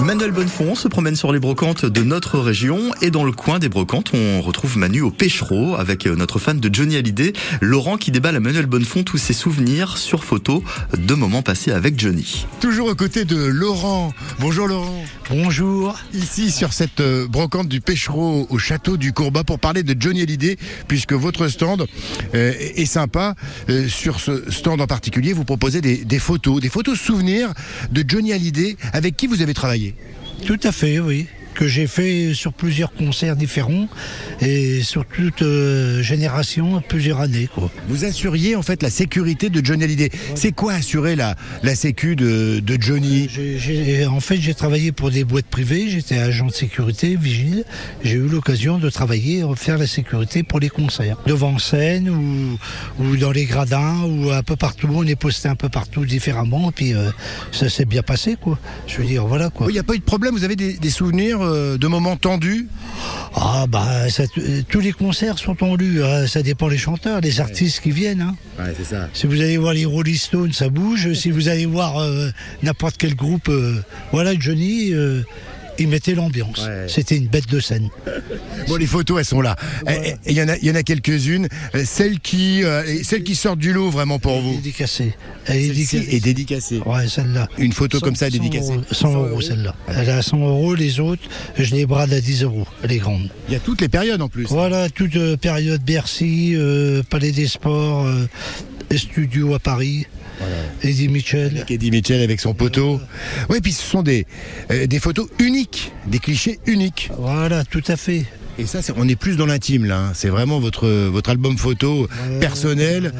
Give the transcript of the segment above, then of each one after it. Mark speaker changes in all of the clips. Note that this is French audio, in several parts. Speaker 1: Manuel Bonnefond se promène sur les brocantes de notre région et dans le coin des brocantes, on retrouve Manu au Pêchereau avec euh, notre fan de Johnny Hallyday, Laurent qui déballe à Manuel Bonnefond tous ses souvenirs sur photo de moments passés avec Johnny.
Speaker 2: Toujours aux côtés de Laurent. Bonjour Laurent.
Speaker 3: Bonjour.
Speaker 2: Ici sur cette euh, brocante du Pêchereau au château du Courbat pour parler de Johnny Hallyday puisque votre stand euh, est sympa. Euh, sur ce stand en particulier, vous proposez des, des photos, des photos souvenirs de Johnny Hallyday avec qui vous avez travaillé.
Speaker 3: Tout à fait, oui. Que j'ai fait sur plusieurs concerts différents et sur toute euh, génération, plusieurs années. Quoi.
Speaker 2: Vous assuriez en fait la sécurité de Johnny Hallyday. C'est quoi assurer la, la sécu de, de Johnny
Speaker 3: J'ai- j'ai- en fait, j'ai travaillé pour des boîtes privées, j'étais agent de sécurité, vigile. J'ai eu l'occasion de travailler, euh, faire la sécurité pour les concerts. Devant scène ou, ou dans les gradins ou un peu partout. On est posté un peu partout différemment. Et puis euh, ça s'est bien passé. quoi. Je veux dire, voilà quoi.
Speaker 2: Oh, Il n'y a pas eu de problème, vous avez des, des souvenirs euh, de moments tendus
Speaker 3: Ah bah ça- euh, tous les concerts sont tendus, hein. ça dépend des chanteurs, des artistes qui viennent. hein.
Speaker 2: Ouais, c'est ça.
Speaker 3: Si vous allez voir les Rolling Stones, ça bouge. Si vous allez voir euh, n'importe quel groupe, euh, voilà Johnny, euh, il mettait l'ambiance.
Speaker 2: Ouais.
Speaker 3: C'était une bête de scène.
Speaker 2: Bon, les photos, elles sont là. Et- et- et Il y en a, il y en a quelques-unes. Euh, Celles qui, euh, et celles qui sortent du lot vraiment pour vous.
Speaker 3: Dédicacée. Elle est dédicacée. euh,
Speaker 2: Et dédicacée.
Speaker 3: Ouais, celle-là.
Speaker 2: Une photo comme ça
Speaker 3: 100
Speaker 2: dédicacée.
Speaker 3: euros, 100 euros celle-là. Elle est à 100 euros, les autres, je les brade à 10 euros, les grandes.
Speaker 2: Il y a toutes les périodes en plus.
Speaker 3: Voilà, toute euh, période Bercy, euh, Palais des Sports, euh, studio à Paris, Eddie Mitchell.
Speaker 2: Eddie Mitchell avec son poteau. Oui, puis ce sont des, euh, des photos uniques, des clichés uniques.
Speaker 3: Voilà, tout à fait.
Speaker 2: Et ça, c'est- on est plus dans l'intime là. hein. C'est vraiment votre, votre album photo
Speaker 3: ah
Speaker 2: personnel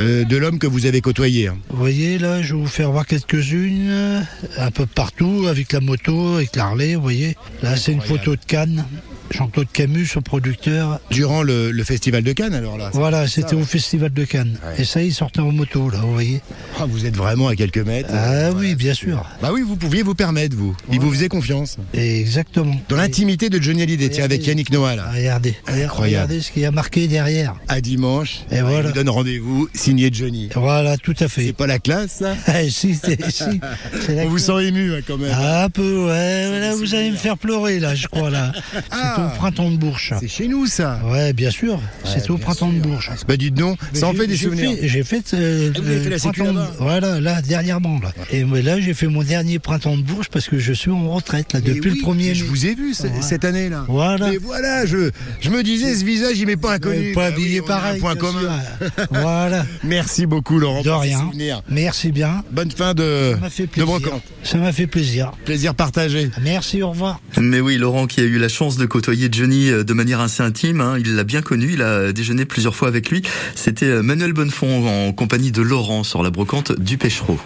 Speaker 2: euh, de l'homme que vous avez côtoyé. hein.
Speaker 3: Vous voyez, là, je vais vous faire voir quelques-unes, euh, un peu partout, avec la moto, avec l'Harley, vous voyez. Là, c'est une photo de Cannes. Jean-Claude Camus, son producteur.
Speaker 2: Durant le, le festival de Cannes, alors là.
Speaker 3: Voilà, c'était au Festival de Cannes. Et ça, il sortait en moto, là, vous voyez.
Speaker 2: Ah, vous êtes vraiment à quelques mètres.
Speaker 3: Ah oui, bien sûr.
Speaker 2: Bah oui, vous pouviez vous permettre, vous. Il vous faisait confiance.
Speaker 3: Exactement.
Speaker 2: Dans l'intimité de Johnny Hallyday, tiens, avec Yannick Noah là.
Speaker 3: Regardez,
Speaker 2: Incroyable.
Speaker 3: regardez ce qu'il y a marqué derrière.
Speaker 2: À dimanche.
Speaker 3: Et
Speaker 2: il
Speaker 3: voilà.
Speaker 2: vous donne rendez-vous, signé Johnny.
Speaker 3: Voilà, tout à fait.
Speaker 2: C'est pas la classe, ça
Speaker 3: Ah, si, c'est- si, c'est la-
Speaker 2: On vous sent ému hein, quand même.
Speaker 3: Ah, Un peu, ouais, là, vous allez me faire pleurer, là, je crois, là. C'est au
Speaker 2: Ah.
Speaker 3: printemps de Bourges.
Speaker 2: C'est chez nous, ça.
Speaker 3: Ouais, bien sûr, c'est au
Speaker 2: bien
Speaker 3: printemps
Speaker 2: sûr.
Speaker 3: de Bourges.
Speaker 2: Bah dites donc, ça en
Speaker 3: J'ai-
Speaker 2: fait des
Speaker 3: j'ai
Speaker 2: souvenirs.
Speaker 3: fait- J'ai fait, euh,
Speaker 2: Ah, vous avez fait la sécu
Speaker 3: printemps de-
Speaker 2: là-bas.
Speaker 3: Voilà, là, dernièrement, là. Et moi, là, j'ai fait mon dernier printemps de Bourges parce que je suis en retraite, là,
Speaker 2: Mais
Speaker 3: depuis
Speaker 2: oui,
Speaker 3: le premier
Speaker 2: Je
Speaker 3: mai.
Speaker 2: vous ai vu ce-
Speaker 3: Ouais.
Speaker 2: cette année-là.
Speaker 3: Voilà.
Speaker 2: Mais voilà, je, je me disais, ce visage, il m'est pas inconnu.
Speaker 3: Ouais, Pas
Speaker 2: Bah oui,
Speaker 3: habillé
Speaker 2: on a
Speaker 3: pareil.
Speaker 2: Un point
Speaker 3: bien
Speaker 2: commun.
Speaker 3: sûr. voilà,
Speaker 2: Merci beaucoup, Laurent.
Speaker 3: de
Speaker 2: pour ces
Speaker 3: rien.
Speaker 2: souvenirs.
Speaker 3: Merci bien.
Speaker 2: Bonne fin de,
Speaker 3: Ça m'a fait
Speaker 2: de
Speaker 3: plaisir.
Speaker 2: brocante.
Speaker 3: Ça m'a fait plaisir.
Speaker 2: Plaisir partagé.
Speaker 3: Merci, au revoir.
Speaker 1: Mais oui, Laurent qui a eu la chance de côtoyer Johnny euh, de manière assez intime, hein, il l'a bien connu, il a déjeuné plusieurs fois avec lui. C'était euh, Manuel Bonnefond en compagnie de Laurent sur la brocante du Pêchereau.